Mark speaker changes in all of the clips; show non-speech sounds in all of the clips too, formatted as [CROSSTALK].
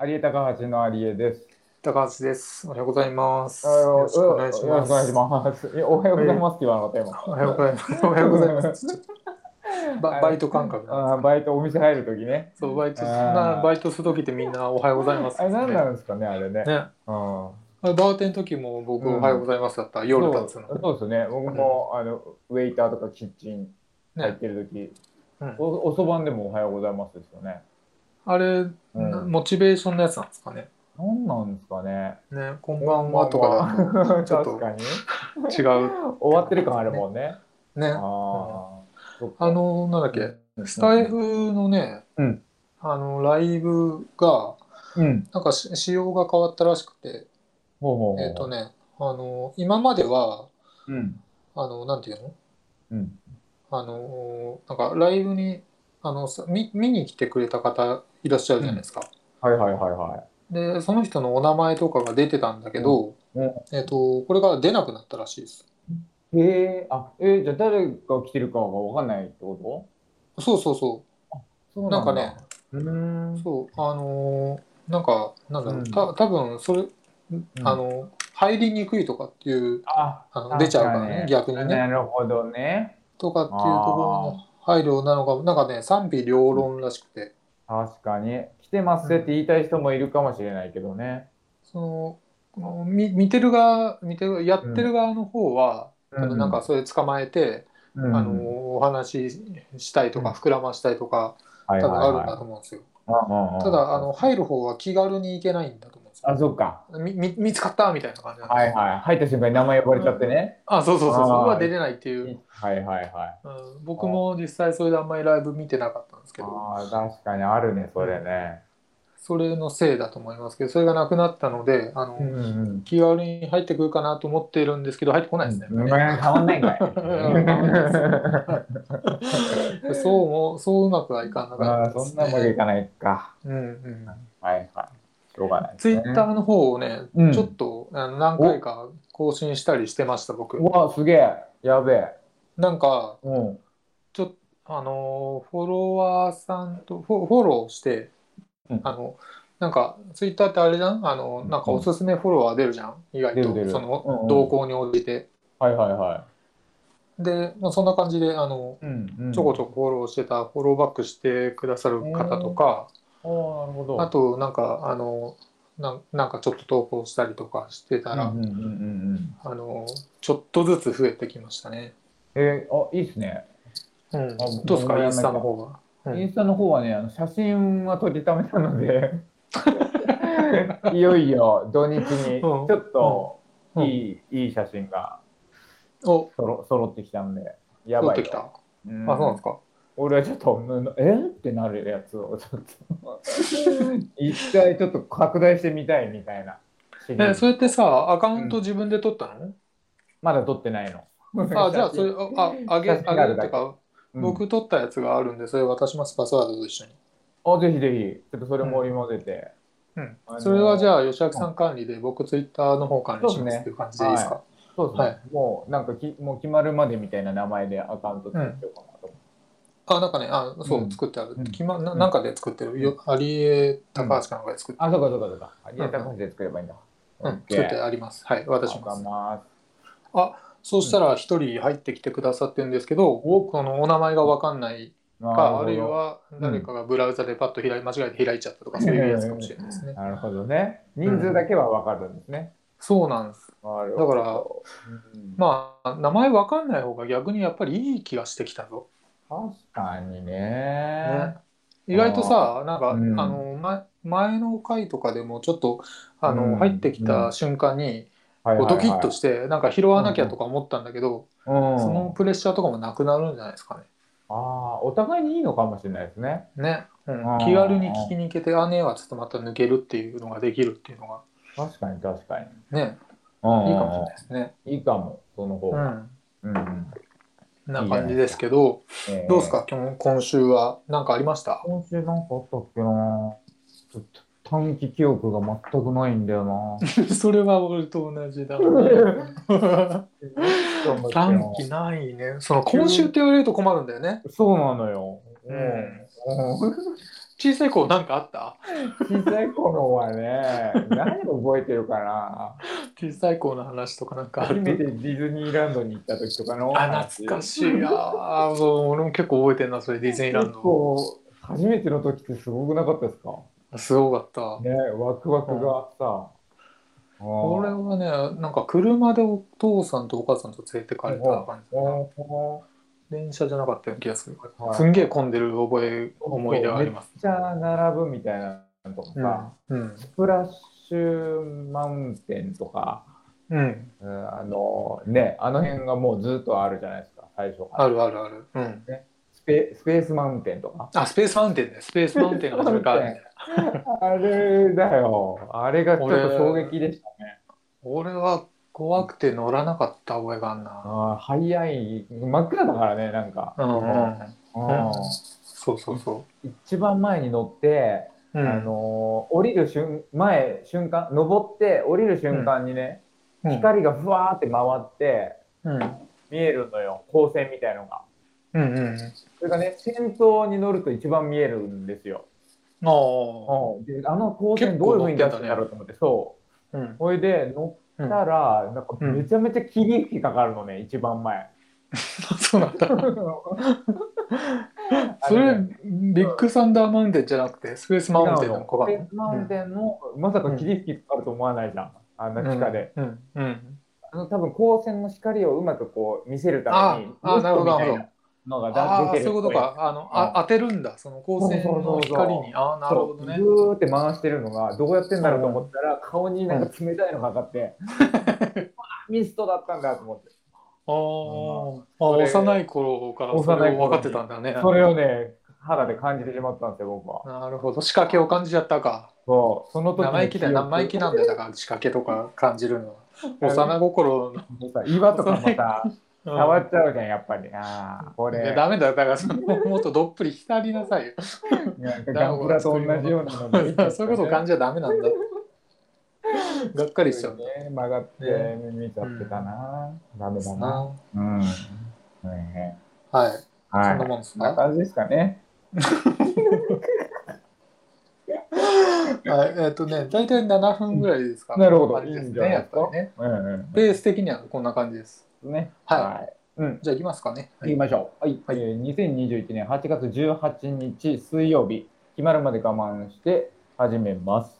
Speaker 1: 有江高橋の有江です。
Speaker 2: 高橋です。おはようございます。
Speaker 1: あの
Speaker 2: よろしくお願いし
Speaker 1: よろし
Speaker 2: ます。
Speaker 1: くお願いします。えおはようございますって言わなかった今。
Speaker 2: おはようございます。おはようござ
Speaker 1: [LAUGHS]
Speaker 2: います。ちょっとババイト感覚なんです
Speaker 1: あーバイトお店入るときね。
Speaker 2: そうバイト
Speaker 1: あー
Speaker 2: なバイトする時ってみんなおはようございます
Speaker 1: あ
Speaker 2: よ
Speaker 1: れ
Speaker 2: ね。
Speaker 1: 何
Speaker 2: ね。
Speaker 1: なんですかねあれね。
Speaker 2: あ
Speaker 1: うん。
Speaker 2: れバーテンの時も僕
Speaker 1: うん
Speaker 2: おはようございますだった。夜立つ
Speaker 1: そう
Speaker 2: の。
Speaker 1: そうですね。僕も、あのウェイターとかキッチン入っ
Speaker 2: ね。
Speaker 1: てるとき、
Speaker 2: うん
Speaker 1: おおそばんでもおはようございますですよね。
Speaker 2: あれ
Speaker 1: うん
Speaker 2: なモチベーションのやつなんですかね。
Speaker 1: 何なんですかね。
Speaker 2: ね、こんばんはとか
Speaker 1: だ
Speaker 2: [LAUGHS] ちょっと
Speaker 1: 確かに。
Speaker 2: だと違う
Speaker 1: 終わってる感あるもん
Speaker 2: [LAUGHS]
Speaker 1: ね。
Speaker 2: ね
Speaker 1: あ。あ。そっか
Speaker 2: あのなんだっけスタイフのね
Speaker 1: うん、
Speaker 2: あのライブが
Speaker 1: うん。
Speaker 2: なんかし仕様が変わったらしくて。
Speaker 1: ほうほうほう。
Speaker 2: えっ、とね、あの、今までは、
Speaker 1: うん。
Speaker 2: あの、なんていうの
Speaker 1: うん。
Speaker 2: あの、なんかライブに、あの、さ見見に来てくれた方いらっしゃるじゃないですか。
Speaker 1: はいはいはいはい。
Speaker 2: で、その人のお名前とかが出てたんだけど、
Speaker 1: うんうん
Speaker 2: えっ、と、これが出なくなったらしいです。
Speaker 1: へえ、あ、えーじゃあ誰が来てるかがわかんないってこ
Speaker 2: そうそうそ。
Speaker 1: とそうう
Speaker 2: なん
Speaker 1: だ
Speaker 2: かね、
Speaker 1: うーん。
Speaker 2: そう、あのー、なんか、なんだろ
Speaker 1: う
Speaker 2: う、
Speaker 1: ん
Speaker 2: た多分それ、
Speaker 1: ん
Speaker 2: あの、入りにくいとかっていう、
Speaker 1: あ、
Speaker 2: あの出ちゃうからね、逆にね。
Speaker 1: なるほどね。
Speaker 2: とかっていうところの配慮なのか、なんかね、賛否両論らしくて。
Speaker 1: 確かに。来てますって言いたい人もいるかもしれないけどね。
Speaker 2: そのこの見見てる側見てるやってる側の方は、
Speaker 1: う
Speaker 2: あのなんか、それ捕まえて、
Speaker 1: うん
Speaker 2: あのお話ししたいとか、
Speaker 1: うん
Speaker 2: 膨らましたいとか
Speaker 1: は
Speaker 2: 多
Speaker 1: いは
Speaker 2: 分
Speaker 1: い
Speaker 2: あるん
Speaker 1: はい
Speaker 2: だと思うんですよ、
Speaker 1: うんうんうん
Speaker 2: ただあの入る方は気軽に行けないんだと思うんですよ
Speaker 1: あ、そっか。
Speaker 2: みみ見つかったみたいな感じなんです
Speaker 1: はいはい。入った瞬間に名前呼ばれちゃってね。
Speaker 2: あそうそうそう
Speaker 1: あー
Speaker 2: そこは出れないっていう、
Speaker 1: はいはいはい。
Speaker 2: うん、僕も実際それであんまりライブ見てなかったんですけど
Speaker 1: ああ、確かにあるね、それね。
Speaker 2: それのせいだと思いますけどそれがなくなったのであの、
Speaker 1: うんうん。
Speaker 2: 気軽に入ってくるかなと思っているんですけど入ってこないですね、
Speaker 1: うん変わんないん
Speaker 2: [LAUGHS]
Speaker 1: かい。
Speaker 2: ん変わんそうもそううまくはいかな
Speaker 1: [LAUGHS] ま
Speaker 2: か
Speaker 1: あ
Speaker 2: ったで
Speaker 1: そん
Speaker 2: す
Speaker 1: なわけい
Speaker 2: ね。
Speaker 1: かないか。
Speaker 2: うんうん
Speaker 1: はいはい。しょうがないです
Speaker 2: ツイ
Speaker 1: ね。
Speaker 2: ッターの方をね、
Speaker 1: うん
Speaker 2: ちょっとあの何回か更新したりしてました僕
Speaker 1: うわ、すげえ。やべえ。
Speaker 2: なんか
Speaker 1: うん。
Speaker 2: ちょっとあのーフォロワーさんとフォフォローして、
Speaker 1: うん
Speaker 2: あのなんかツイッターってあれじゃんあのなんかおすすめフォロワー出るじゃん意外
Speaker 1: 出
Speaker 2: と
Speaker 1: る出る
Speaker 2: そ
Speaker 1: うんう
Speaker 2: の
Speaker 1: ん
Speaker 2: 動向に応じて、
Speaker 1: はいはいは
Speaker 2: で、まあ、そんな感じであの
Speaker 1: い。うん、うん
Speaker 2: ちょこちょこフォローしてたフォローバックしてくださる方とか、
Speaker 1: おーなるほど。
Speaker 2: あとなんかあのなんなんかちょっと投稿したりとかしてたら、
Speaker 1: うんうんうんうんうん。
Speaker 2: あのちょっとずつ増えてきましたね。
Speaker 1: えー、あ、いいっすね。
Speaker 2: うん
Speaker 1: あ、
Speaker 2: どうです
Speaker 1: 僕も
Speaker 2: か
Speaker 1: やんなき
Speaker 2: イン
Speaker 1: ゃ
Speaker 2: スタの方が。うん
Speaker 1: インスタの方はね、あの写真は撮りためたので、いよいよ土日にちょっといい、いい写真が
Speaker 2: お
Speaker 1: そろ揃ってきたんで、や
Speaker 2: 戻
Speaker 1: ば
Speaker 2: っ
Speaker 1: いよ。
Speaker 2: てきた。あ、
Speaker 1: うん
Speaker 2: そうなんですか。
Speaker 1: 俺はちょっと、うんえってなるやつをちょっと、一回ちょっと拡大してみたいみたいな。
Speaker 2: え、それってさアカウント自分で取ったの？
Speaker 1: まだ撮ってないの。
Speaker 2: あ、じゃあそれあああげあ
Speaker 1: 写真があ
Speaker 2: げ
Speaker 1: る
Speaker 2: る
Speaker 1: だけ
Speaker 2: とか、
Speaker 1: うん
Speaker 2: 僕取ったやつがあるんでそれ渡しますパスワードと一緒に。
Speaker 1: あ、ぜひぜひ、ちょっとそれも織り交ぜて。
Speaker 2: うん
Speaker 1: あの。ー
Speaker 2: それはじゃあ吉明さん管理で僕ツイッターの方管理しますっていう感じでいいですか？
Speaker 1: そうですね。
Speaker 2: は
Speaker 1: もう、なんかき、もう決まるまでみたいな名前でアカウント作ってようかなと思
Speaker 2: あ、なんかね、あ、そうう、
Speaker 1: ん
Speaker 2: 作ってある
Speaker 1: うん。
Speaker 2: 決ま、ななんかで作ってる。よ、有江高橋かなんかで作って、
Speaker 1: う。あ、そうかそうかそうか。有田カフェで作ればいいんだ。
Speaker 2: う
Speaker 1: オ
Speaker 2: ん
Speaker 1: ッ、ケ
Speaker 2: 作
Speaker 1: ー
Speaker 2: ってあります。はい、私
Speaker 1: わかり
Speaker 2: も。
Speaker 1: ます。
Speaker 2: そうしたら、一人入ってきてくださってるんですけど、このお名前がわかんない
Speaker 1: な
Speaker 2: か、あるい
Speaker 1: ほど。
Speaker 2: は誰かがブラウザでパッと開い、間違えて開いちゃったとか、
Speaker 1: うん
Speaker 2: そういうやつかもしれないですね。
Speaker 1: なるほどね。人数だけはわかるんですね。
Speaker 2: そうなんです。
Speaker 1: なる
Speaker 2: だ
Speaker 1: ほど
Speaker 2: から、
Speaker 1: うん
Speaker 2: まあ、名前わかんない方が逆にやっぱりいい気がしてきたぞ。
Speaker 1: 確かにね
Speaker 2: ね意外とさ、なんか、
Speaker 1: うん
Speaker 2: あの、ま、前の回とかでもちょっと、あ
Speaker 1: うん
Speaker 2: の、入ってきた瞬間に、
Speaker 1: はいはい
Speaker 2: こ
Speaker 1: は
Speaker 2: う
Speaker 1: い
Speaker 2: ドキッとしてなんか拾わなきゃとか思ったんだけど、
Speaker 1: うん
Speaker 2: そのプレッシャーとかもなくなるんじゃないですかね。
Speaker 1: ああ、お互いにいいのかもしれないですね。
Speaker 2: ね、うん
Speaker 1: うん
Speaker 2: 気軽に聞きに行けてあ姉はちょっとまた抜けるっていうのができるっていうのが
Speaker 1: 確かに確かに。
Speaker 2: ね
Speaker 1: うん
Speaker 2: いいかもしれないですね。
Speaker 1: いいかも、その方
Speaker 2: う
Speaker 1: が。
Speaker 2: ん
Speaker 1: うんうん
Speaker 2: な感じですけど
Speaker 1: えー
Speaker 2: どうですか今日今週は何かあり
Speaker 1: [LAUGHS]
Speaker 2: ました
Speaker 1: 今週なんかあったっけなちょっと短期記憶が全くないんだ
Speaker 2: [LAUGHS]
Speaker 1: よ
Speaker 2: それは俺と同じだ [LAUGHS]
Speaker 1: な。
Speaker 2: 短期ないねその今週って言われると困るんだよね、
Speaker 1: そうなのよ。
Speaker 2: うん
Speaker 1: うん
Speaker 2: 小さい頃なんかあった
Speaker 1: 小さい頃はね、何を覚えてるかな。
Speaker 2: 小さい頃の話とかなんかあ
Speaker 1: 初
Speaker 2: る
Speaker 1: めてディズニーランドに行った時とかの話。
Speaker 2: あ、懐かしい。ああ、そう、俺も結構覚えてるな、それディズニーラン
Speaker 1: 結
Speaker 2: ド。
Speaker 1: 構初めての時ってすごくなかったですか
Speaker 2: すごかった。
Speaker 1: ね、ワクワクがさ。こ
Speaker 2: 俺はね、なんか車でお父さんとお母さんと連れてかれた感じ。電車じゃなかったような気がする。すんげえ混んでる覚え、思い出はあります。
Speaker 1: めっちゃ並ぶみたいなのとか、
Speaker 2: うん。
Speaker 1: スプラッシュマウンテンとか、
Speaker 2: うん。
Speaker 1: うんあのね、あの辺がもうずっとあるじゃないですか、最初から。
Speaker 2: あるあるある。うん。
Speaker 1: スペスペースマウンテンとか。
Speaker 2: あ、スペースマウンテンね。スペースマウンテンが始めるから。
Speaker 1: あれだよ。あれがちょっと衝撃でしたね。
Speaker 2: 俺は怖くて乗らなかった覚えがあんな。
Speaker 1: あー早い。真っ暗だからね、なんか。
Speaker 2: うんうん。
Speaker 1: うん
Speaker 2: そうそうそ
Speaker 1: 一番前に乗って、
Speaker 2: う。
Speaker 1: あのー降りる瞬前瞬間登って降りる瞬間にね、
Speaker 2: うん、
Speaker 1: 光がふわーって回って
Speaker 2: うん、
Speaker 1: 見えるのよ光線みたいのが
Speaker 2: うんうん。
Speaker 1: それがね先頭に乗ると一番見えるんですよ、
Speaker 2: あ
Speaker 1: うんであの光線どういうふうに出してんだろうと思って、そう
Speaker 2: あ。うん。
Speaker 1: それで乗ったら、なんかめちゃめちゃ霧吹きかかるのね一番前
Speaker 2: [LAUGHS] そうなんだ。そ
Speaker 1: そ
Speaker 2: れ、ビッグサンダーマウンテンじゃなくて、スペースマウンテンの子が。
Speaker 1: スペースマウンテンの、まさか霧吹きかかると思わないじゃんあんな地下で、
Speaker 2: うん。うん。
Speaker 1: あの多分光線の光をうまくこう見せるために
Speaker 2: ああなるほど
Speaker 1: ミストみたいなのが
Speaker 2: ああ、
Speaker 1: だ出
Speaker 2: そうい
Speaker 1: てる
Speaker 2: うことか。あの、あ当てるんだ。その光線の光に。ああ、なるほどね
Speaker 1: そう。ぐーって回してるのがどうやってんだろうと思ったら顔になんか冷たいのがかかって、
Speaker 2: [LAUGHS]
Speaker 1: わあミストだったんだと思って
Speaker 2: ああ、幼い頃からそれを分かってたんだね。
Speaker 1: それをね肌で感じてしまったんですよ僕は
Speaker 2: なるほど。仕掛けを感じちゃったか。
Speaker 1: そうその時の
Speaker 2: 生意気だよ。
Speaker 1: 記憶
Speaker 2: 生意気なんだよ。だから仕掛けとか感じるのは。幼心の。
Speaker 1: さ岩とかまた触っちゃうじゃんやっぱりああこ
Speaker 2: いや
Speaker 1: れ
Speaker 2: ダメだよだからそのもっとどっぷり浸りなさいよ
Speaker 1: なんかガンプラと同じようなの
Speaker 2: [LAUGHS] そう
Speaker 1: で
Speaker 2: いうことを感じちゃダメなんだ
Speaker 1: [LAUGHS]
Speaker 2: がっかりしちゃうんだ
Speaker 1: ね曲がって見ちゃってたな、ダメだな
Speaker 2: な
Speaker 1: うん。はい
Speaker 2: はい
Speaker 1: は
Speaker 2: そ
Speaker 1: い。
Speaker 2: んなもんです
Speaker 1: そんな
Speaker 2: か
Speaker 1: 感じですかね。
Speaker 2: はいえっとね大体7分ぐらいですか
Speaker 1: なるほど
Speaker 2: 感じで
Speaker 1: いい
Speaker 2: す
Speaker 1: んじゃない
Speaker 2: ねや
Speaker 1: で
Speaker 2: っ
Speaker 1: すか
Speaker 2: ぱりね
Speaker 1: うんうん
Speaker 2: ベース的にはこんな感じです
Speaker 1: うん。ね。
Speaker 2: はい
Speaker 1: い。うん。
Speaker 2: じゃあいきますかね
Speaker 1: 行きましょう。はい。
Speaker 2: はい
Speaker 1: えー2021年8月18日水曜日、決まるまで我慢して始めます。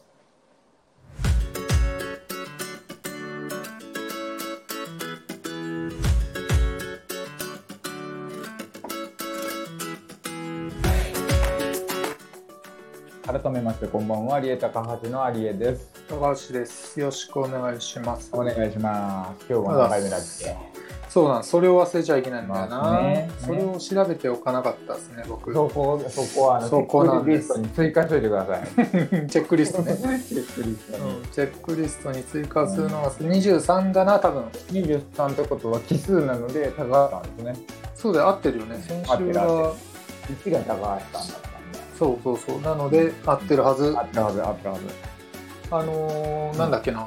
Speaker 1: 改めましてこんばんは、リエタカハチのアリエです。
Speaker 2: 高橋ですよろしくお願いします
Speaker 1: お願いします。今日は何回目だっけ
Speaker 2: そうなんそれを忘れちゃいけないんだよ
Speaker 1: まあね
Speaker 2: なそれを調べておかなかったですね僕チ
Speaker 1: そこ、そこはあの、
Speaker 2: そこなん
Speaker 1: チェック
Speaker 2: で
Speaker 1: リス
Speaker 2: す
Speaker 1: トに追加しといてください。 [LAUGHS] チ
Speaker 2: ェックリストね
Speaker 1: ェックリストに
Speaker 2: うんチェックリストに追加するのは23だな多分
Speaker 1: 23ってことは奇数なので高橋さんですね。
Speaker 2: そうだよ合ってるよね先
Speaker 1: 合って
Speaker 2: 週
Speaker 1: る合
Speaker 2: が
Speaker 1: 1が高橋さんだったんで。
Speaker 2: そうそうそうなので合ってるはず
Speaker 1: あったはず、あったはず。
Speaker 2: あのーなんだっけな
Speaker 1: う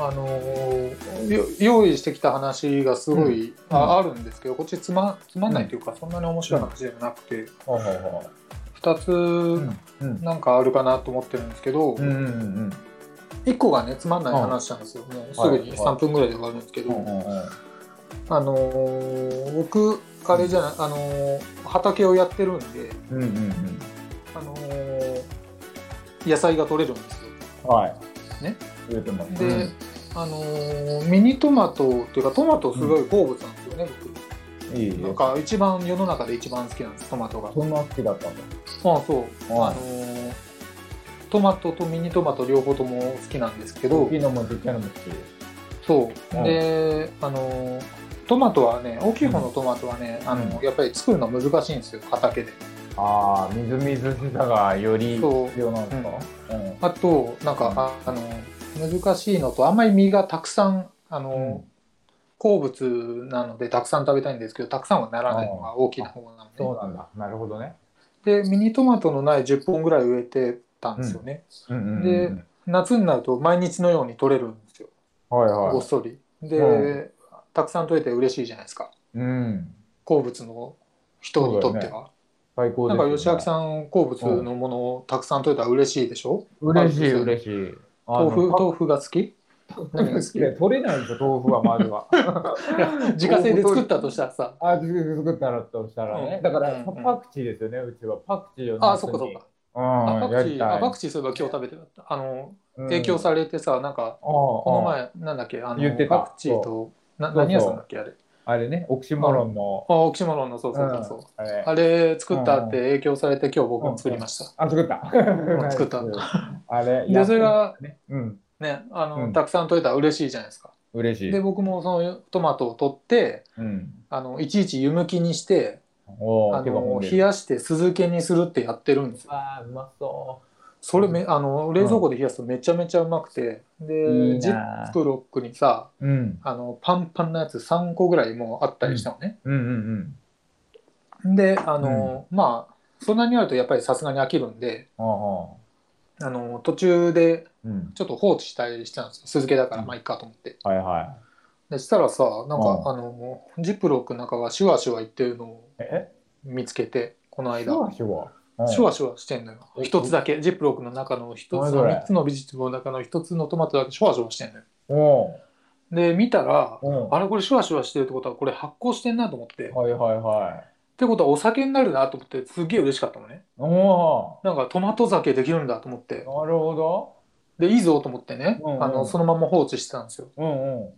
Speaker 2: あのーよ用意してきた話がすごい、ああるんですけどこっちつまつまんないというか、そんなに面白い話ではなくて
Speaker 1: ほうほうほう。
Speaker 2: 2
Speaker 1: う
Speaker 2: つ
Speaker 1: ん。
Speaker 2: なんかあるかなと思ってるんですけど、
Speaker 1: うんうんうん。
Speaker 2: 1個がねつまんない話なんですよ、もうすぐに3分ぐらいで終わるんですけど、
Speaker 1: うんうんうん。
Speaker 2: あのー僕あれじゃない、あのー畑をやってるんで、
Speaker 1: うんうんうん。
Speaker 2: あのー野菜が取れるんですよ。
Speaker 1: はい。
Speaker 2: ね。
Speaker 1: 植えてます
Speaker 2: で、あのーミニトマトっていうかトマトすごい好物なんですよね、
Speaker 1: うんいい
Speaker 2: 僕なん
Speaker 1: よ。
Speaker 2: か一番世の中で一番好きなんですトマトがあ
Speaker 1: そんな好きだったんだ。
Speaker 2: そう、
Speaker 1: はい
Speaker 2: あのートマトとミニトマト両方とも好きなんですけど
Speaker 1: 大きいのもちっちゃいのも好き。
Speaker 2: そう、
Speaker 1: うん
Speaker 2: であのートマトはね大きい方のトマトはね、あのーやっぱり作るの難しいんですよ畑で
Speaker 1: ああ、みずみずしさがより
Speaker 2: そう
Speaker 1: 必要なんですかうん。
Speaker 2: あとなんか、ああのー難しいのとあんまり実がたくさんあのー、
Speaker 1: うん
Speaker 2: 好物なのでたくさん食べたいんですけどたくさんはならないのが大きな方なので、
Speaker 1: そうなんだ。なるほどね。
Speaker 2: でミニトマトの苗10本ぐらい植えてたんですよね、
Speaker 1: うんうんうんうん
Speaker 2: で夏になると毎日のように取れるんですよ
Speaker 1: はい
Speaker 2: ご
Speaker 1: は
Speaker 2: っそりで、
Speaker 1: う
Speaker 2: たくさん取れて嬉しいじゃないですか
Speaker 1: い。うん。
Speaker 2: 好物の人にとって
Speaker 1: そうだ
Speaker 2: は、
Speaker 1: 最高
Speaker 2: な
Speaker 1: で
Speaker 2: ん
Speaker 1: す、
Speaker 2: か吉明さん好物のものをたくさん取れたら嬉しいでしょ
Speaker 1: 嬉しい
Speaker 2: あ
Speaker 1: 嬉しい。
Speaker 2: 豆腐
Speaker 1: あの
Speaker 2: 豆腐が好き
Speaker 1: 豆腐好きで取れないんですよ豆腐はまず
Speaker 2: [LAUGHS]
Speaker 1: は。
Speaker 2: 自家製で作ったとしたらさ
Speaker 1: あ作作ったらとしたらね、
Speaker 2: うん
Speaker 1: だから、
Speaker 2: うんうん
Speaker 1: パクチーですよねうちはパクチーを
Speaker 2: あそっかそっかあ
Speaker 1: か
Speaker 2: パ
Speaker 1: や
Speaker 2: クチ
Speaker 1: り
Speaker 2: ー
Speaker 1: た
Speaker 2: あ
Speaker 1: い
Speaker 2: パクチーそういえば今日食べてたあの
Speaker 1: うん
Speaker 2: 影響されてさなんか
Speaker 1: ああこ
Speaker 2: この前なんだっけあの
Speaker 1: 言ってた
Speaker 2: パクチーとな
Speaker 1: うそう
Speaker 2: 何屋さんだっけあれ
Speaker 1: あれねオキシモロンの、
Speaker 2: あオキシモロンのそうそうそうそう
Speaker 1: あれ
Speaker 2: あれ作ったって影響されて今日僕も作りました
Speaker 1: あ作った [LAUGHS]
Speaker 2: ん作った [LAUGHS]
Speaker 1: あれ
Speaker 2: でそれが
Speaker 1: ねうん
Speaker 2: ねあ
Speaker 1: う
Speaker 2: の
Speaker 1: ん
Speaker 2: たくさん取れたら嬉しいじゃないですか
Speaker 1: 嬉しい
Speaker 2: で僕もそのトマトを取って
Speaker 1: うん
Speaker 2: あのいちいち湯むきにして
Speaker 1: お
Speaker 2: あ
Speaker 1: ー手が込
Speaker 2: の
Speaker 1: んで
Speaker 2: 冷
Speaker 1: る
Speaker 2: やして酢漬けにするってやってるんですよ
Speaker 1: あーうまそ
Speaker 2: それめあの冷蔵庫で冷やすとめちゃめちゃうまくて
Speaker 1: いい
Speaker 2: で
Speaker 1: な
Speaker 2: ジップロックにさ
Speaker 1: ううん
Speaker 2: あのパンパンなやつ3個ぐらいもうあったりしたのね、
Speaker 1: うんうん
Speaker 2: であの、まあそんなにあるとやっぱりさすがに飽きるんで
Speaker 1: うんあ
Speaker 2: あの途中で
Speaker 1: あうん
Speaker 2: ちょっと放置したりしてたんですよ酢漬けだからまあいいかと思って
Speaker 1: はいは
Speaker 2: でしたらさなんか、
Speaker 1: うん
Speaker 2: あのジップロックの中がシュワシュワいってるのを
Speaker 1: いえ
Speaker 2: 見つけてこの
Speaker 1: シ
Speaker 2: 間
Speaker 1: ュワシュワ
Speaker 2: シュワシュワしてんのよ
Speaker 1: え
Speaker 2: 一つだけジップロックの中の一
Speaker 1: ど
Speaker 2: つ
Speaker 1: れどれ
Speaker 2: 3つのビジットの中の一つのトマトだけシュワシュワしてんのよ
Speaker 1: お
Speaker 2: で見たら
Speaker 1: お
Speaker 2: あれこれシュワシュワしてるってことはこれ発酵してんなと思ってっ
Speaker 1: はいはいはい
Speaker 2: てことはお酒になるなと思ってすげえ嬉しかったのね
Speaker 1: おお
Speaker 2: なんかトマト酒できるんだと思って
Speaker 1: なるほど
Speaker 2: でいいぞと思ってね
Speaker 1: うんうん
Speaker 2: あのそのまま放置してたんですよ
Speaker 1: うんうん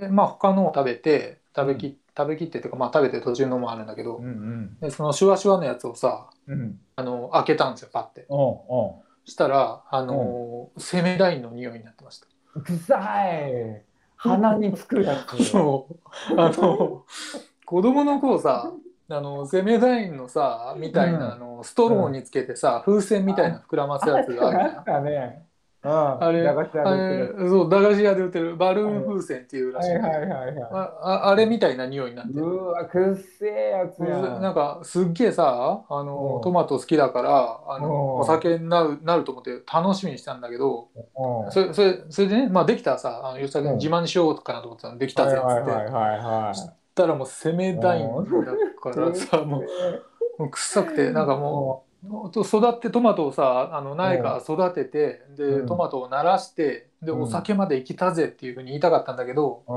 Speaker 2: でまあ他のを食べて食べき、食べきってっていうかまあ食べて途中のもあるんだけど
Speaker 1: うん
Speaker 2: でそのシュワシュワのやつをさ
Speaker 1: うんうん
Speaker 2: あの開けたんですよパッて
Speaker 1: おう
Speaker 2: したらあのーセメダインの匂いになってました
Speaker 1: おう臭い鼻につくやつ
Speaker 2: [LAUGHS] そうあの子供の頃さあのセメダインのさみたいな、
Speaker 1: うん
Speaker 2: あのストローにつけてさ風船みたいな膨らますやつがあるじゃん
Speaker 1: なんかねあ
Speaker 2: れ
Speaker 1: 流して
Speaker 2: あ
Speaker 1: あげ
Speaker 2: れ
Speaker 1: てる
Speaker 2: そう駄菓子屋で売ってるバルーン風船っていうら
Speaker 1: は
Speaker 2: しい、
Speaker 1: いはいはいはい
Speaker 2: あああれみたいな匂いになって
Speaker 1: う
Speaker 2: る
Speaker 1: わくっせえやつや
Speaker 2: なんかすっげえさあの
Speaker 1: うん
Speaker 2: トマト好きだからあ
Speaker 1: う
Speaker 2: の
Speaker 1: ん
Speaker 2: お酒になるなると思って楽しみにしたんだけど
Speaker 1: うん
Speaker 2: それそれそれでね、まあ、できたらさあの吉田君
Speaker 1: うん
Speaker 2: 自慢しようかなと思ってたのできたぜっつって、
Speaker 1: はいはいはいはい
Speaker 2: そったらもう攻めたいんだからさもうもう臭くてなんかも
Speaker 1: も
Speaker 2: う育ってトマトをさあの苗から育ててで
Speaker 1: うん
Speaker 2: トマトを慣らしてで
Speaker 1: うん
Speaker 2: お酒まで行きたぜっていうふうに言いたかったんだけど。
Speaker 1: う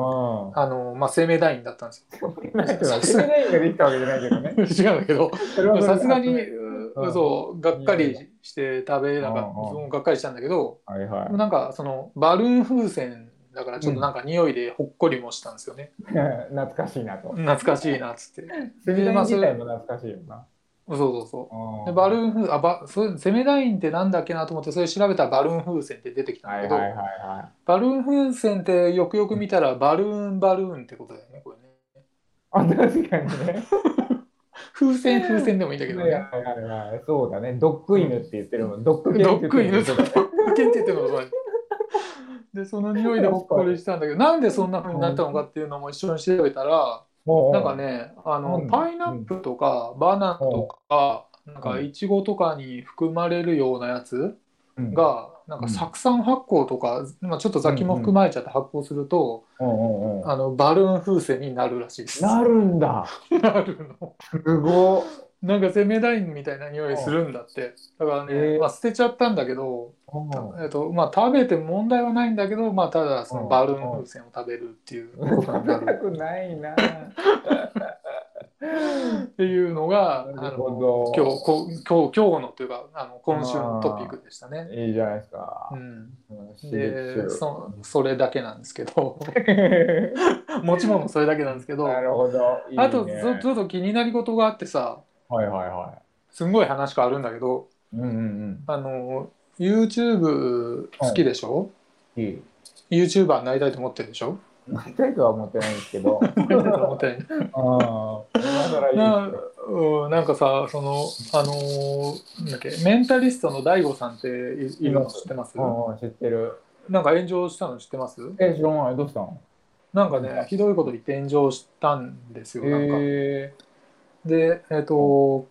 Speaker 1: ん
Speaker 2: あのまあ、生命団員だったんです
Speaker 1: なんかセレンができたわけじゃないけど
Speaker 2: [LAUGHS]
Speaker 1: ね
Speaker 2: よ [LAUGHS] 違うんだけど
Speaker 1: それはそれで
Speaker 2: さすがに、
Speaker 1: うん
Speaker 2: そうがっかりして食べなかった
Speaker 1: うんうん
Speaker 2: 自分もがっかりしたんだけど、
Speaker 1: はいは
Speaker 2: でもなんかそのバルーン風船だからちょっとなんか匂いでほっこりもしたんですよね、
Speaker 1: い [LAUGHS] 懐かしいなと
Speaker 2: 懐かしいなっつって
Speaker 1: セレン自体も懐かしいよな
Speaker 2: そうそうそうで
Speaker 1: うん
Speaker 2: バルーン風あばそうセメダインってなんだっけなと思ってそれ調べたらバルーン風船って出てきたん
Speaker 1: は
Speaker 2: だ
Speaker 1: い
Speaker 2: け
Speaker 1: はいはい
Speaker 2: ど、
Speaker 1: はい
Speaker 2: バルーン風船ってよくよく見たらバルーンバルーンってことだよねこれね
Speaker 1: あ
Speaker 2: [LAUGHS]
Speaker 1: 確かにね
Speaker 2: 風船風船でもいいんだけど
Speaker 1: はい
Speaker 2: ね
Speaker 1: はいはいはいそうだねドッグ犬って言ってるもんドッグ犬
Speaker 2: ド
Speaker 1: って
Speaker 2: ッグ
Speaker 1: 言
Speaker 2: 犬
Speaker 1: っ
Speaker 2: と
Speaker 1: て
Speaker 2: か
Speaker 1: る
Speaker 2: ドッグ犬って言ってもそうだねでその匂いでほっこりしたんだけどなんでそんな風になったのかっていうのも一緒に調べたら
Speaker 1: もう
Speaker 2: なんかねあの、
Speaker 1: うん
Speaker 2: パイナップルとかバナナとか、なんかイチゴとかに含まれるようなやつ
Speaker 1: うん
Speaker 2: がなんか酢酸発酵とか、まあ、ちょっと雑菌も含まれちゃって発酵すると、
Speaker 1: うんうんうん
Speaker 2: あのバルーン風船になるらしいです。
Speaker 1: なるんだ
Speaker 2: [LAUGHS] なるの。
Speaker 1: すごっ
Speaker 2: なんかセメダインみたいな匂いするんだって。だからね、
Speaker 1: えー
Speaker 2: まあ、捨てちゃったんだけど、
Speaker 1: うん
Speaker 2: えっとまあ、食べても問題はないんだけど、まあ、ただそのバルーン風船を食べるっていうことにな
Speaker 1: 食べた
Speaker 2: る
Speaker 1: くないな
Speaker 2: っていうのが、あ
Speaker 1: [LAUGHS] な
Speaker 2: の
Speaker 1: るほど
Speaker 2: 今日こ今日今日のというかあの今週のトピックでしたね。
Speaker 1: いいじゃないですか
Speaker 2: う。ん、
Speaker 1: うん刺激
Speaker 2: で
Speaker 1: する
Speaker 2: そそれだけなんですけ
Speaker 1: [LAUGHS]
Speaker 2: ど持ち物それだけなんですけど
Speaker 1: なるほど。いいね
Speaker 2: あとずちょっと気になり事があってさ
Speaker 1: はいはいは
Speaker 2: すんごい話があるんだけど
Speaker 1: い。うんうん
Speaker 2: あの YouTube 好きでしょ、
Speaker 1: うん。いい。
Speaker 2: ?YouTuber になりたいと思ってるで
Speaker 1: [LAUGHS]
Speaker 2: しょ
Speaker 1: なりたいとは思ってないんですけど。あ
Speaker 2: なりたいと思ってない
Speaker 1: あ。今ならいい
Speaker 2: な
Speaker 1: ですよ。
Speaker 2: うんなんかさそのあのーなんだっけメンタリストの DAIGO さんっていいるの知ってます、
Speaker 1: うんうん知ってる。
Speaker 2: なんか炎上したの知ってます
Speaker 1: え知らないどうしたの？
Speaker 2: なんかねひどいこと言って炎上したんですよなんか。
Speaker 1: え
Speaker 2: でえっ、と、うん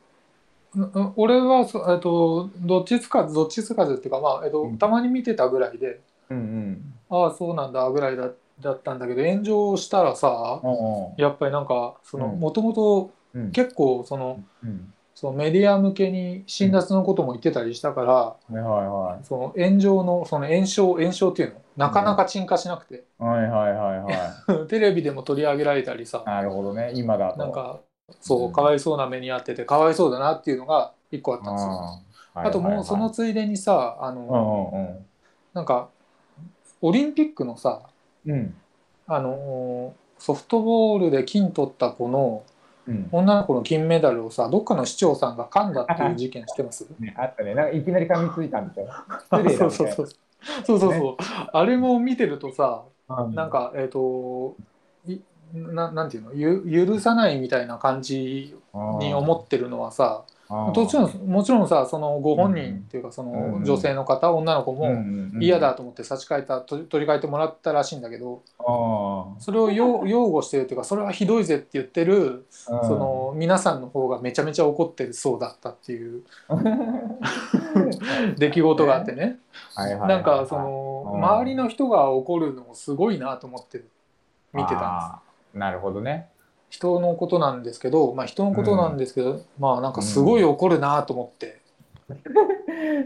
Speaker 2: 俺はそ、えっとどっちつかずどっちつかずっていうか、まあえっと
Speaker 1: うん
Speaker 2: たまに見てたぐらいで
Speaker 1: え。うんうん。
Speaker 2: ああそうなんだぐらいだだったんだけど炎上したらさ
Speaker 1: うんうん
Speaker 2: やっぱりなんかその
Speaker 1: うん
Speaker 2: もともと
Speaker 1: うん
Speaker 2: 結構その
Speaker 1: うん
Speaker 2: そのメディア向けに辛辣のことも言ってたりしたから、
Speaker 1: はいは
Speaker 2: その炎上のその炎症炎症っていうのなかなか沈下しなくて、
Speaker 1: いはいはいはいはいは
Speaker 2: テレビでも取り上げられたりさ
Speaker 1: いなるほどね今だと
Speaker 2: なんかそううかわいそうな目に遭っててかわいそうだなっていうのが一個あったんですよ。
Speaker 1: あ
Speaker 2: あともうそのついでにさあ
Speaker 1: う
Speaker 2: の、
Speaker 1: んうん
Speaker 2: なんかオリンピックのさ
Speaker 1: うん
Speaker 2: あのソフトボールで金取った子の
Speaker 1: うん
Speaker 2: 女の子の金メダルをさどっかの市長さんが噛んだっていう事件してます
Speaker 1: ねあったねなんかいきなり噛みついたみたいな失
Speaker 2: そう
Speaker 1: 礼だ
Speaker 2: そう
Speaker 1: みた
Speaker 2: そ
Speaker 1: いうな
Speaker 2: そうそうそうそうあれも見てるとさ
Speaker 1: う
Speaker 2: なんかえっ、といななんていうのゆ許さないみたいな感じに思ってるのはさ
Speaker 1: っ
Speaker 2: もちろんもちろんさそのご本人っていうかそ
Speaker 1: うんう
Speaker 2: の
Speaker 1: ん
Speaker 2: 女性の方、女の子も嫌だと思って差し替えたと取り替えてもらったらしいんだけどそれを擁擁護してるっていうかそれはひどいぜって言ってる
Speaker 1: そ
Speaker 2: その皆さんの方がめちゃめちゃ怒ってるそうだったっていう出来事があってねなんかその
Speaker 1: うん
Speaker 2: 周りの人が怒るのもすごいなと思って見てたんです
Speaker 1: すなるほどね
Speaker 2: 人のことなんですけどまあ人のことなんですけど、まあなんかすごい怒るなと思
Speaker 1: [LAUGHS]
Speaker 2: って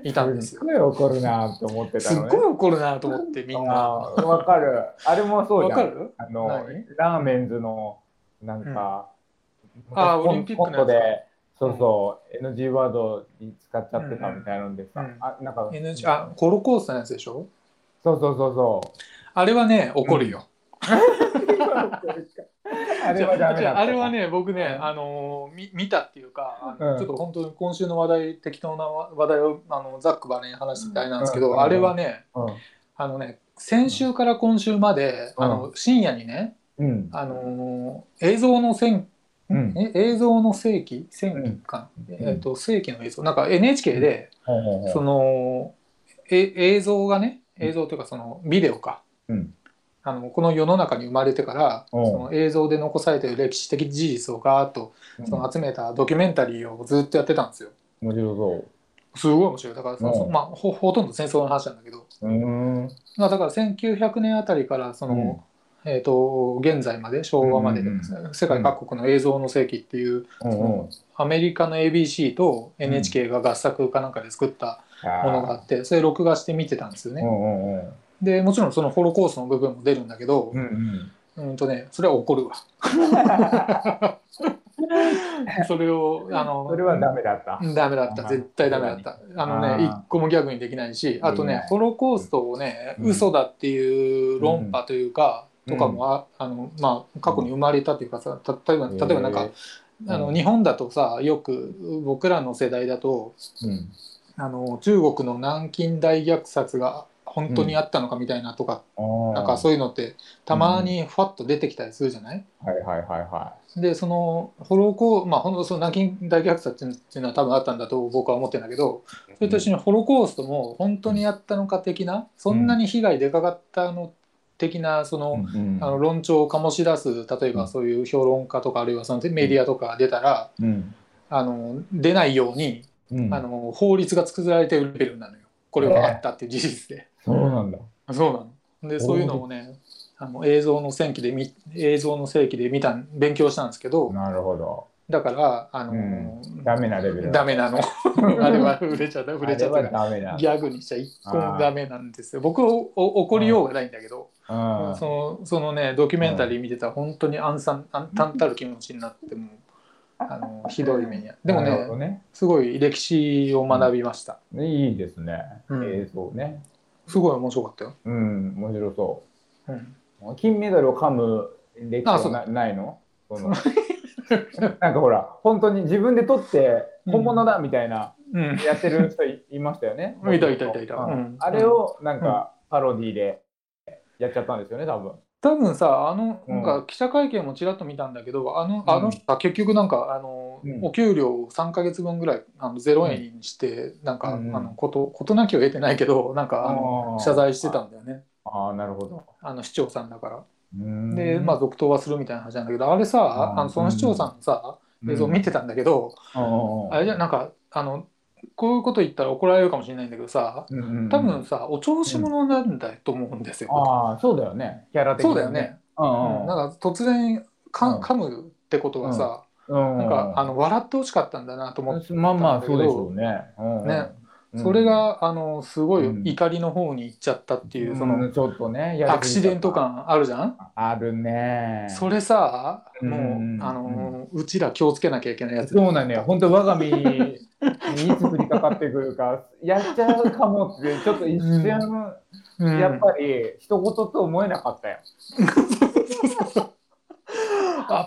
Speaker 2: いたんですよ。
Speaker 1: っごい怒るなと思ってた
Speaker 2: すっ
Speaker 1: のね
Speaker 2: ごい怒るなと思ってみんな。
Speaker 1: あーわかるあれもそう
Speaker 2: わ
Speaker 1: じゃ
Speaker 2: か
Speaker 1: ん
Speaker 2: る
Speaker 1: あの
Speaker 2: 何
Speaker 1: ラーメンズのなんか、
Speaker 2: んあー
Speaker 1: 昔
Speaker 2: オリンピックのやつ
Speaker 1: コント
Speaker 2: か
Speaker 1: でそうそう、NG ワードに使っちゃってたみたいなんでさ、
Speaker 2: うんうん
Speaker 1: あなんか
Speaker 2: NG あホロコーストのやつでしょ
Speaker 1: そうそうそうそ
Speaker 2: あれはね怒るよ。
Speaker 1: うあれはダメ
Speaker 2: じ
Speaker 1: だっ
Speaker 2: ゃあ
Speaker 1: た
Speaker 2: あれはね僕ね、
Speaker 1: うん
Speaker 2: あのーみ見たっていうか、あの
Speaker 1: うん
Speaker 2: ちょっと本当に今週の話題適当な話題をあのざっくばらんに話してたりなんですけど、
Speaker 1: うん
Speaker 2: あれはね
Speaker 1: う
Speaker 2: あのね先週から今週まで、
Speaker 1: うん
Speaker 2: あの深夜にね、
Speaker 1: ん
Speaker 2: あのー映像の戦
Speaker 1: うんうん
Speaker 2: え映像の世紀戦記かな、
Speaker 1: うん
Speaker 2: えっ、と世紀の映像なんか NHK で、
Speaker 1: ほうほうほう
Speaker 2: そのえ映像がね映像というかそのビデオか、
Speaker 1: うん
Speaker 2: あのこの世の中に生まれてからそ
Speaker 1: うん
Speaker 2: の映像で残されている歴史的事実をガーッとその集めたドキュメンタリーをずっとやってたんですよ。
Speaker 1: 面白そ
Speaker 2: すごい面白いだからその、
Speaker 1: うん
Speaker 2: まあ、ほほとんど戦争の話なんだけど、
Speaker 1: ううーん
Speaker 2: まあ、だから1900年あたりからその、えー、と現在まで昭和までで、
Speaker 1: うん
Speaker 2: 世界各国の映像の世紀っていう、
Speaker 1: うんうん
Speaker 2: アメリカの ABC と NHK が合作かなんかで作ったものがあって、それ録画して見てたんですよね。
Speaker 1: うんうんうん
Speaker 2: でもちろんそのホロコーストの部分も出るんだけど
Speaker 1: う、んうん
Speaker 2: うん、とねそれは怒るわ
Speaker 1: [LAUGHS]
Speaker 2: それをあの
Speaker 1: それはダメだった
Speaker 2: ダメだった絶対ダメだったあの
Speaker 1: あ
Speaker 2: ね
Speaker 1: ー
Speaker 2: 一個もギャグにできないしあと
Speaker 1: でき
Speaker 2: ね
Speaker 1: ない
Speaker 2: ホロコーストをね、
Speaker 1: うん
Speaker 2: 嘘だっていう論破というか、
Speaker 1: うん
Speaker 2: とかもああの、まあ、過去に生まれたというかさた例えば例えばなんか、
Speaker 1: ー
Speaker 2: あの
Speaker 1: うん
Speaker 2: 日本だとさよく僕らの世代だと
Speaker 1: うん
Speaker 2: あの中国の南京大虐殺が本当にあったのかみたいなとか
Speaker 1: あー
Speaker 2: なんかそういうのってたまにふわっと出てきたりするじゃない、
Speaker 1: はいはいはいは
Speaker 2: でそのホロコーまあほんとその南京大虐殺っていうのは多分あったんだと僕は思ってるんだけど
Speaker 1: い
Speaker 2: それと一緒にホロコーストも本当にやったのか的なそんなに被害でかかったの的なその,、
Speaker 1: うんうん
Speaker 2: あの論調を醸し出す例えばそういう評論家とかあるいはそのメディアとかが出たら、
Speaker 1: うん
Speaker 2: あの出ないように、
Speaker 1: うん
Speaker 2: あの法律が作られてるレベルなのよこれがあったっていう事実で。
Speaker 1: そうなんだ
Speaker 2: そうなの。で、そういうのをね、あの映像の戦記で見、映像の世紀で見たん、勉強したんですけど、
Speaker 1: なるほど
Speaker 2: だから、あのー
Speaker 1: ダメなレベル
Speaker 2: ダメなの。 [LAUGHS] あれは触れちゃった、触れちゃった
Speaker 1: あれ
Speaker 2: か
Speaker 1: はダメな
Speaker 2: ら。
Speaker 1: ん
Speaker 2: ギ
Speaker 1: だ
Speaker 2: ャグにしちゃ一個もダメなんですよ。僕おお怒りようがないんだけど、
Speaker 1: うん
Speaker 2: そのそのねドキュメンタリー見てたら本当に暗さん暗淡たる気持ちになってもうあのひどい目にあでも
Speaker 1: なるほど
Speaker 2: ね
Speaker 1: ね
Speaker 2: すごい歴史を学びました、
Speaker 1: いいですね
Speaker 2: うん
Speaker 1: 映像ね
Speaker 2: すごい面白かったよ、
Speaker 1: うん面白そ
Speaker 2: うん、
Speaker 1: う金メダルを噛む歴史
Speaker 2: あそう
Speaker 1: はなないのその [LAUGHS] なんかほら本当に自分で撮って本物だみたいな
Speaker 2: うん
Speaker 1: やってる人いいましたよね
Speaker 2: [LAUGHS] いたいたいたいた
Speaker 1: うん
Speaker 2: うん
Speaker 1: あれをなんかパロディでやっちゃったんですよね多分
Speaker 2: 多分さあの
Speaker 1: うん
Speaker 2: なんか記者会見もちらっと見たんだけどあの
Speaker 1: うん
Speaker 2: あの人は結局なんかあの、
Speaker 1: うん
Speaker 2: お給料を3か月分ぐらいあの0円にして、なんか、
Speaker 1: うんうん
Speaker 2: あのこと事なきを得てないけどなんかあの
Speaker 1: あー
Speaker 2: 謝罪してたんだよね
Speaker 1: ああなるほど
Speaker 2: あの市長さんだから。で、
Speaker 1: で
Speaker 2: まあ、続投はするみたいな話なんだけどあれさ
Speaker 1: あー
Speaker 2: あのその市長さんのさ、映像見てたんだけど、あれじゃなんかあのこういうこと言ったら怒られるかもしれないんだけどさ多
Speaker 1: 多
Speaker 2: 分さお調子者なんだと思うんですよ。
Speaker 1: ああそうだよねキャラ的
Speaker 2: そう
Speaker 1: に
Speaker 2: だよね。
Speaker 1: うんうん
Speaker 2: なんか突然か
Speaker 1: うん
Speaker 2: 噛むってことはさ、
Speaker 1: うん
Speaker 2: なんかあの笑ってほしかったんだなと思って、
Speaker 1: まあまあそうでしょうね。うん
Speaker 2: ね
Speaker 1: うん
Speaker 2: それがあのすごい
Speaker 1: うん
Speaker 2: 怒りの方に行っちゃったっていう、その、
Speaker 1: うんちょっとねやりすぎちゃった
Speaker 2: アクシデント感あるじゃん、
Speaker 1: あるね。
Speaker 2: それさもう、
Speaker 1: うん
Speaker 2: あのうちら気をつけなきゃいけないやつ
Speaker 1: そうなのよ。本当我が身にいつ降りかかってくるか、やっちゃうかもって、ちょっと一瞬、
Speaker 2: うん
Speaker 1: やっぱり、一言と思えなかったよ。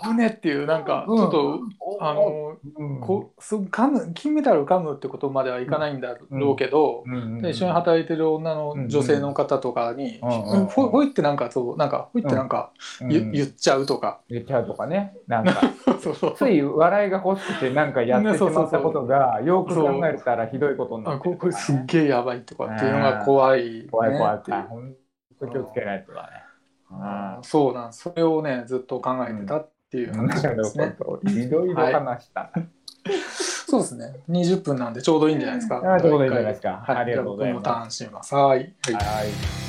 Speaker 2: 危ねっていうなんかち
Speaker 1: うん
Speaker 2: ょっと、あの
Speaker 1: うん
Speaker 2: こそう噛む金メダル噛むってことまではいかないんだろうけど、
Speaker 1: うんうんうん
Speaker 2: で一緒に働いてる女
Speaker 1: うんう
Speaker 2: の
Speaker 1: ん
Speaker 2: 女性の方とかに、
Speaker 1: うんうんうん
Speaker 2: ほほいってなんかそうなんかほいってなんか、ゆ
Speaker 1: うん
Speaker 2: 言っちゃうと
Speaker 1: [LAUGHS]
Speaker 2: か、
Speaker 1: 言っちゃうとかね。なんか、
Speaker 2: そうそう
Speaker 1: つい笑いが欲しくてなんかやってしまったことが、よく考えたらひどいことにな
Speaker 2: あ
Speaker 1: って
Speaker 2: こ
Speaker 1: る
Speaker 2: これ
Speaker 1: とか
Speaker 2: す
Speaker 1: ね
Speaker 2: っげえやばいとかっていうのが怖い、ね、
Speaker 1: 怖い怖い
Speaker 2: ってい
Speaker 1: 怖い。
Speaker 2: う
Speaker 1: 本当気をつけないとだね。うん
Speaker 2: そうなんそれをねずっと考えてたっていう話で
Speaker 1: [LAUGHS]
Speaker 2: すね、
Speaker 1: いろいろ話した。
Speaker 2: そうですね20分なんでちょうどいいんじゃないですか
Speaker 1: あ、ということでいいじゃないですか。
Speaker 2: はい、
Speaker 1: ありがとうございま
Speaker 2: じゃあ僕もターンしますはい、はい
Speaker 1: す。はい。